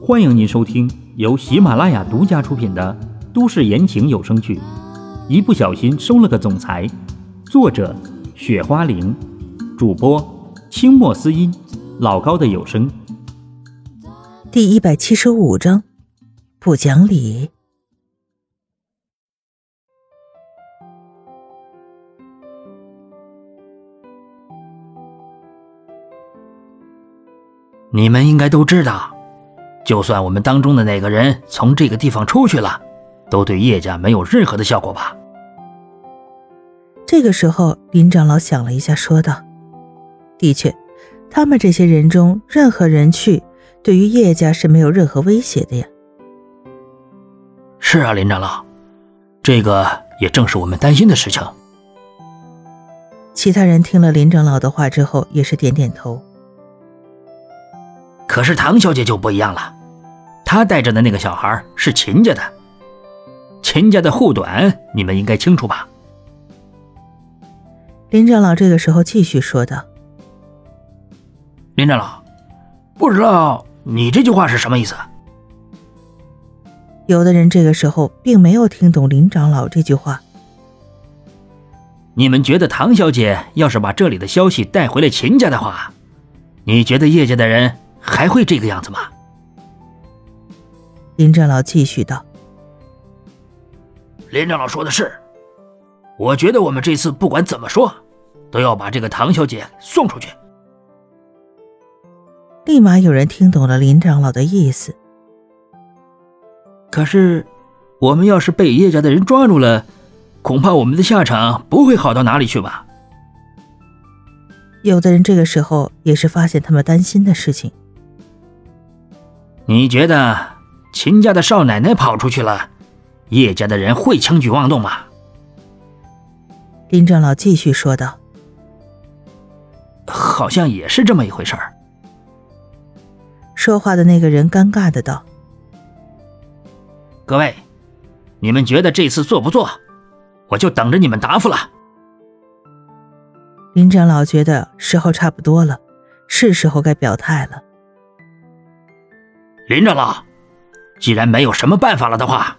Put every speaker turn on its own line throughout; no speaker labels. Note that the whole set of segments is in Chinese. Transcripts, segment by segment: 欢迎您收听由喜马拉雅独家出品的都市言情有声剧《一不小心收了个总裁》，作者：雪花玲，主播：清墨思音，老高的有声。
第一百七十五章，不讲理。
你们应该都知道，就算我们当中的哪个人从这个地方出去了，都对叶家没有任何的效果吧？
这个时候，林长老想了一下，说道：“的确，他们这些人中，任何人去，对于叶家是没有任何威胁的呀。
是啊，林长老，这个也正是我们担心的事情。”
其他人听了林长老的话之后，也是点点头。
可是唐小姐就不一样了，她带着的那个小孩是秦家的，秦家的护短你们应该清楚吧？
林长老这个时候继续说道
林长老，不知道你这句话是什么意思？：“
有的人这个时候并没有听懂林长老这句话，
你们觉得唐小姐要是把这里的消息带回了秦家的话，你觉得叶家的人还会这个样子吗？
林长老继续道
林长老说的是，我觉得我们这次不管怎么说，都要把这个唐小姐送出去。：“
立马有人听懂了林长老的意思。
可是，我们要是被叶家的人抓住了，恐怕我们的下场不会好到哪里去吧？
有的人这个时候也是发现他们担心的事情。
你觉得秦家的少奶奶跑出去了，叶家的人会轻举妄动吗？
林长老继续说道。
好像也是这么一回事儿。
说话的那个人尴尬的道
各位，你们觉得这次做不做？我就等着你们答复了。：“
林长老觉得时候差不多了，是时候该表态了。
林长老，既然没有什么办法了的话，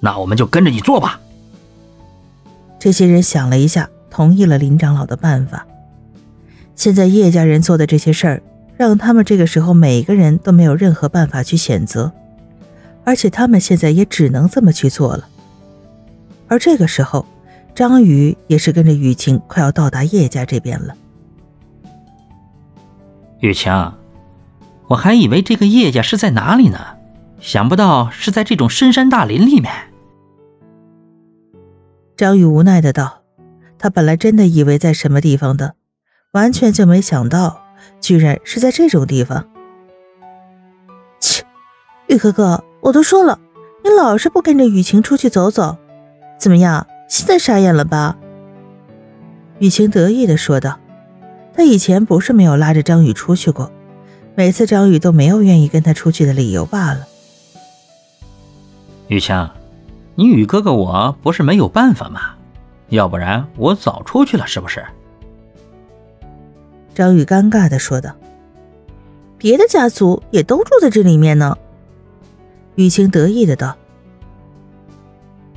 那我们就跟着你做吧。”
这些人想了一下，同意了林长老的办法。现在叶家人做的这些事儿，让他们这个时候每个人都没有任何办法去选择，而且他们现在也只能这么去做了。而这个时候，张宇也是跟着雨晴快要到达叶家这边了。
雨晴，我还以为这个叶家是在哪里呢，想不到是在这种深山大林里面。
张宇无奈的道：“他本来真的以为在什么地方的，完全就没想到，居然是在这种地方。”切，玉哥哥，我都说了，你老是不跟着雨晴出去走走，怎么样？现在傻眼了吧？”雨晴得意的说道：“他以前不是没有拉着张宇出去过，每次张宇都没有愿意跟他出去的理由罢了。
雨晴，你雨哥哥我不是没有办法吗？要不然我早出去了，是不是？”
张宇尴尬的说道：“别的家族也都住在这里面呢。”雨晴得意的道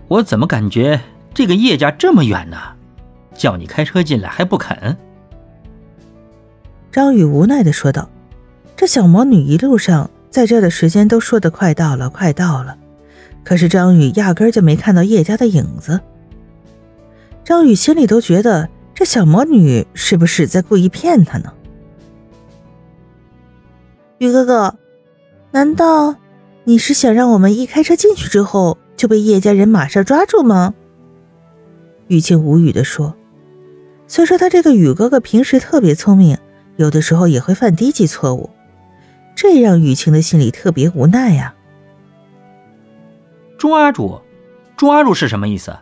我怎么感觉这个叶家这么远呢？叫你开车进来还不肯。：“
张宇无奈的说道，这小魔女一路上在这儿的时间都说的快到了，快到了，可是张宇压根儿就没看到叶家的影子。张宇心里都觉得这小魔女是不是在故意骗他呢？”宇哥哥，难道你是想让我们一开车进去之后就被叶家人马上抓住吗？雨晴无语地说。虽说他这个雨哥哥平时特别聪明，有的时候也会犯低级错误，这让雨晴的心里特别无奈啊呀、
抓住，抓住是什么意思？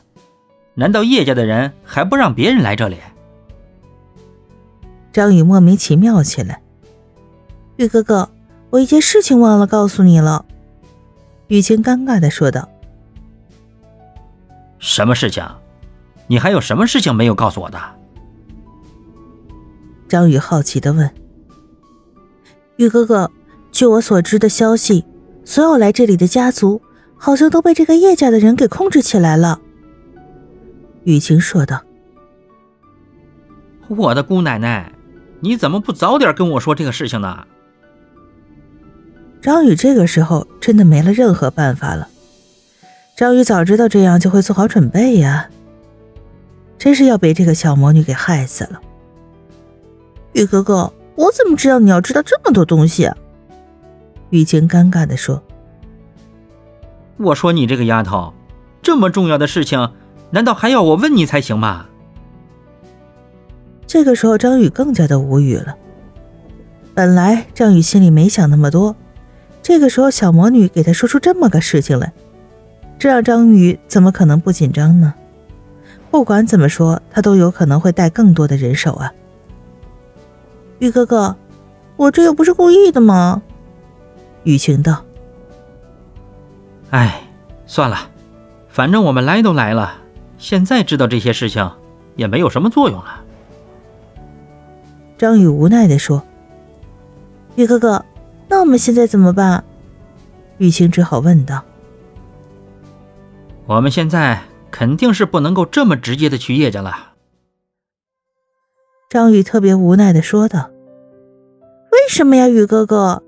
难道叶家的人还不让别人来这里？
张宇莫名其妙起来。雨哥哥，我一件事情忘了告诉你了。”雨晴尴尬的说道。
什么事情？你还有什么事情没有告诉我的？
张宇好奇的问：“玉哥哥，据我所知的消息，所有来这里的家族好像都被这个叶家的人给控制起来了。”雨晴说道。
我的姑奶奶，你怎么不早点跟我说这个事情呢？
张宇这个时候真的没了任何办法了。张宇早知道这样，就会做好准备呀。真是要被这个小魔女给害死了。宇哥哥，我怎么知道你要知道这么多东西、啊？雨晴尴尬的说：“
我说你这个丫头，这么重要的事情，难道还要我问你才行吗？”
这个时候，张宇更加的无语了。本来张宇心里没想那么多，这个时候小魔女给他说出这么个事情来，这让张宇怎么可能不紧张呢？不管怎么说，他都有可能会带更多的人手啊。玉哥哥，我这又不是故意的嘛。”雨晴道。
哎，算了，反正我们来都来了，现在知道这些事情也没有什么作用了。
张宇无奈地说：“宇哥哥，那我们现在怎么办？”雨晴只好问道：“
我们现在肯定是不能够这么直接的去叶家了。”
张宇特别无奈地说道：“为什么呀，宇哥哥？”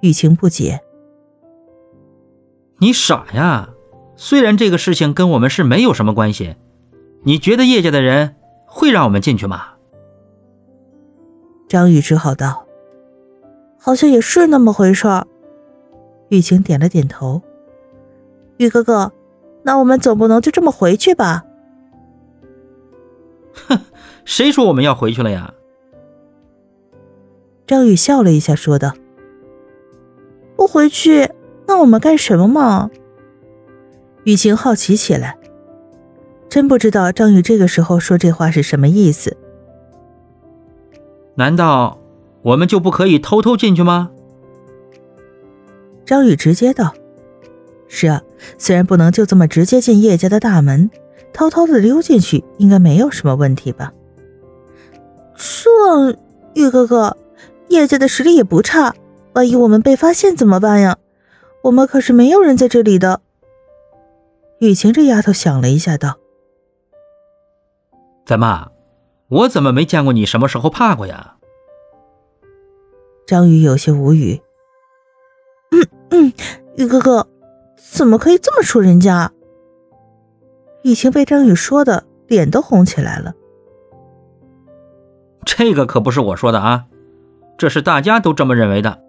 雨晴不解：“
你傻呀！虽然这个事情跟我们是没有什么关系，你觉得叶家的人会让我们进去吗？”
张宇只好道：“好像也是那么回事儿。”雨晴点了点头。宇哥哥，那我们总不能就这么回去吧？
哼，谁说我们要回去了呀？
张宇笑了一下，说道：“不回去，那我们干什么嘛？”雨晴好奇起来，真不知道张宇这个时候说这话是什么意思。
难道我们就不可以偷偷进去吗？
张宇直接道：“是啊，虽然不能就这么直接进叶家的大门，偷偷的溜进去应该没有什么问题吧？”这，玉哥哥，叶家的实力也不差，万一我们被发现怎么办呀？我们可是没有人在这里的。雨晴这丫头想了一下，道：“
怎么？”我怎么没见过你什么时候怕过呀？
张宇有些无语。嗯嗯，宇哥哥，怎么可以这么说人家？雨晴被张宇说的脸都红起来了。
这个可不是我说的啊，这是大家都这么认为的。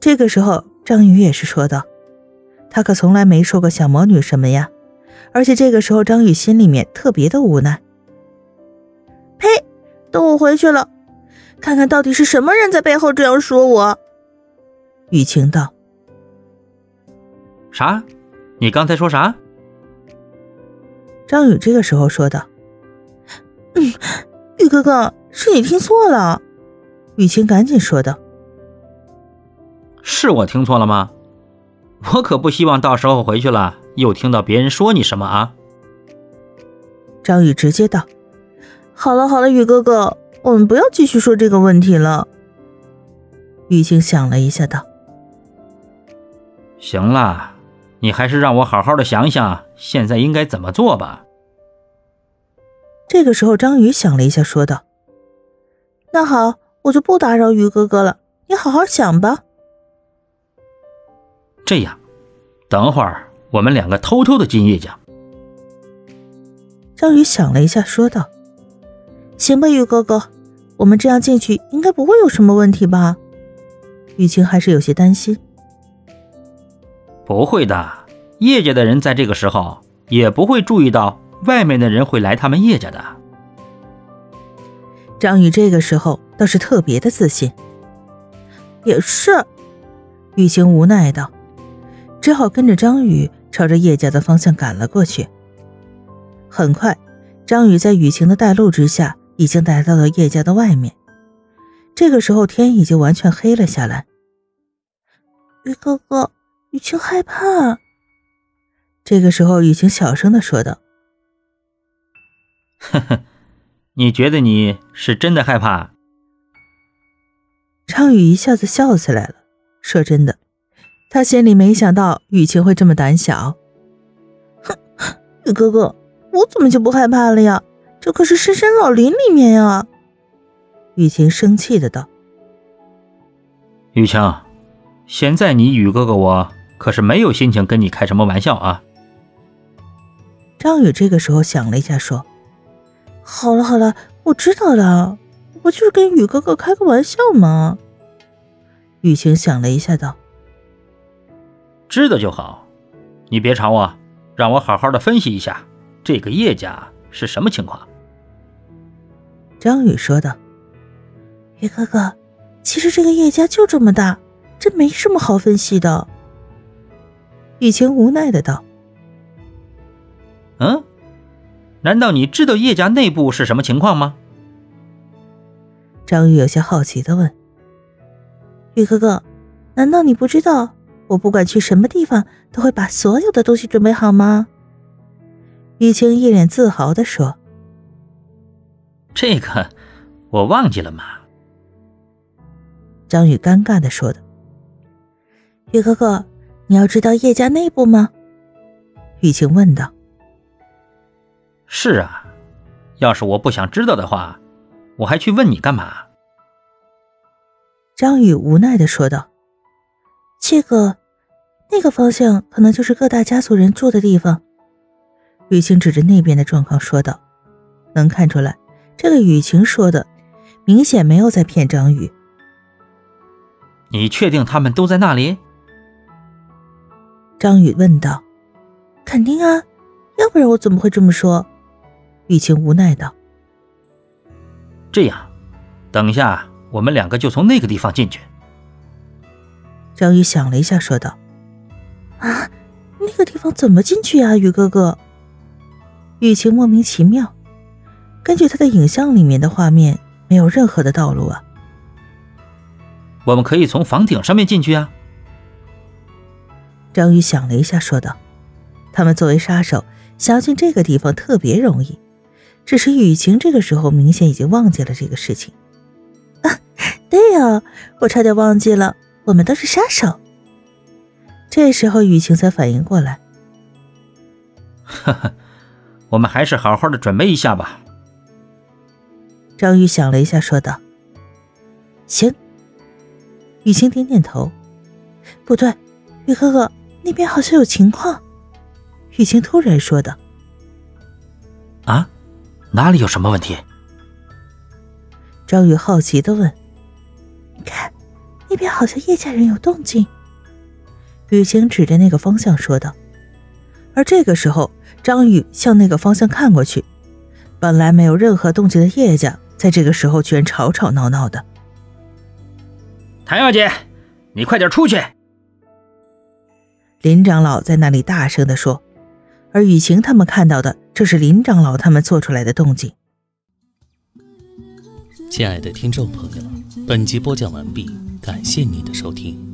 这个时候，张宇也是说道：“他可从来没说过小魔女什么呀。”而且这个时候，张宇心里面特别的无奈。呸！等我回去了，看看到底是什么人在背后这样说我。雨晴道：“
啥？你刚才说啥？”
张宇这个时候说道：“嗯，玉哥哥，是你听错了。”雨晴赶紧说道：“
是我听错了吗？我可不希望到时候回去了又听到别人说你什么啊！”
张宇直接道。好了好了，宇哥哥，我们不要继续说这个问题了。雨晴想了一下，道：“
行了，你还是让我好好的想想，现在应该怎么做吧。”
这个时候，张宇想了一下，说道：“那好，我就不打扰于哥哥了，你好好想吧。
这样，等会儿我们两个偷偷的进叶家。”
张宇想了一下，说道。行吧，玉哥哥，我们这样进去应该不会有什么问题吧？雨晴还是有些担心。
不会的，叶家的人在这个时候也不会注意到外面的人会来他们叶家的。
张宇这个时候倒是特别的自信。也是，雨晴无奈道，只好跟着张宇朝着叶家的方向赶了过去。很快，张宇在雨晴的带路之下。已经来到了叶家的外面，这个时候天已经完全黑了下来。
雨哥哥，雨晴害怕。
啊这个时候，雨晴小声的说道：“
呵呵，你觉得你是真的害怕？”
昌宇一下子笑起来了。说真的，他心里没想到雨晴会这么胆小。
哼，宇哥哥，我怎么就不害怕了呀？这可是深山老林里面呀！
雨晴生气的道：“
雨晴，现在你宇哥哥我可是没有心情跟你开什么玩笑啊。”
张宇这个时候想了一下，说：“
好了好了，我知道了，我就是跟宇哥哥开个玩笑嘛。”
雨晴想了一下，道：“
知道就好，你别吵我，让我好好的分析一下这个叶家是什么情况。”
张宇说道：“
宇哥哥，其实这个叶家就这么大，这没什么好分析的。”
雨晴无奈的道：“
嗯，难道你知道叶家内部是什么情况吗？”
张宇有些好奇的问。
宇哥哥，难道你不知道我不管去什么地方都会把所有的东西准备好吗？
雨晴一脸自豪地说：“
这个 我忘记了嘛。”
张宇尴尬地说的。
宇哥哥，你要知道叶家内部吗？
雨晴问道。
“是啊，要是我不想知道的话，我还去问你干嘛？”
张宇无奈的说道：“
这个，那个方向可能就是各大家族人住的地方。”
雨晴指着那边的状况说道：“能看出来，这个雨晴说的，明显没有在骗张宇。”
你确定他们都在那里？”
张宇问道。
“肯定啊，要不然我怎么会这么说？”
雨晴无奈道。
“这样，等一下。”我们两个就从那个地方进去。
张宇想了一下，说道：“
啊，那个地方怎么进去呀、啊，宇哥哥？”
雨晴莫名其妙。根据他的影像里面的画面，没有任何的道路啊。
我们可以从房顶上面进去啊。
张宇想了一下，说道：“他们作为杀手，想要进这个地方特别容易。只是雨晴这个时候明显已经忘记了这个事情。”啊
对哦，我差点忘记了，我们都是杀手。
这时候雨晴才反应过来，
哈哈，我们还是好好的准备一下吧。
张宇想了一下，说道：“
行。”
雨晴点点头。
不对，雨哥哥那边好像有情况。
雨晴突然说道：“
啊，哪里有什么问题？”
张宇好奇的问。
你看，那边好像叶家人有动静。
雨晴指着那个方向说道。而这个时候，张宇向那个方向看过去，本来没有任何动静的叶家，在这个时候居然吵吵闹闹的。
谭小姐，你快点出去！
林长老在那里大声的说。而雨晴他们看到的，这是林长老他们做出来的动静。
亲爱的听众朋友，本集播讲完毕，感谢您的收听。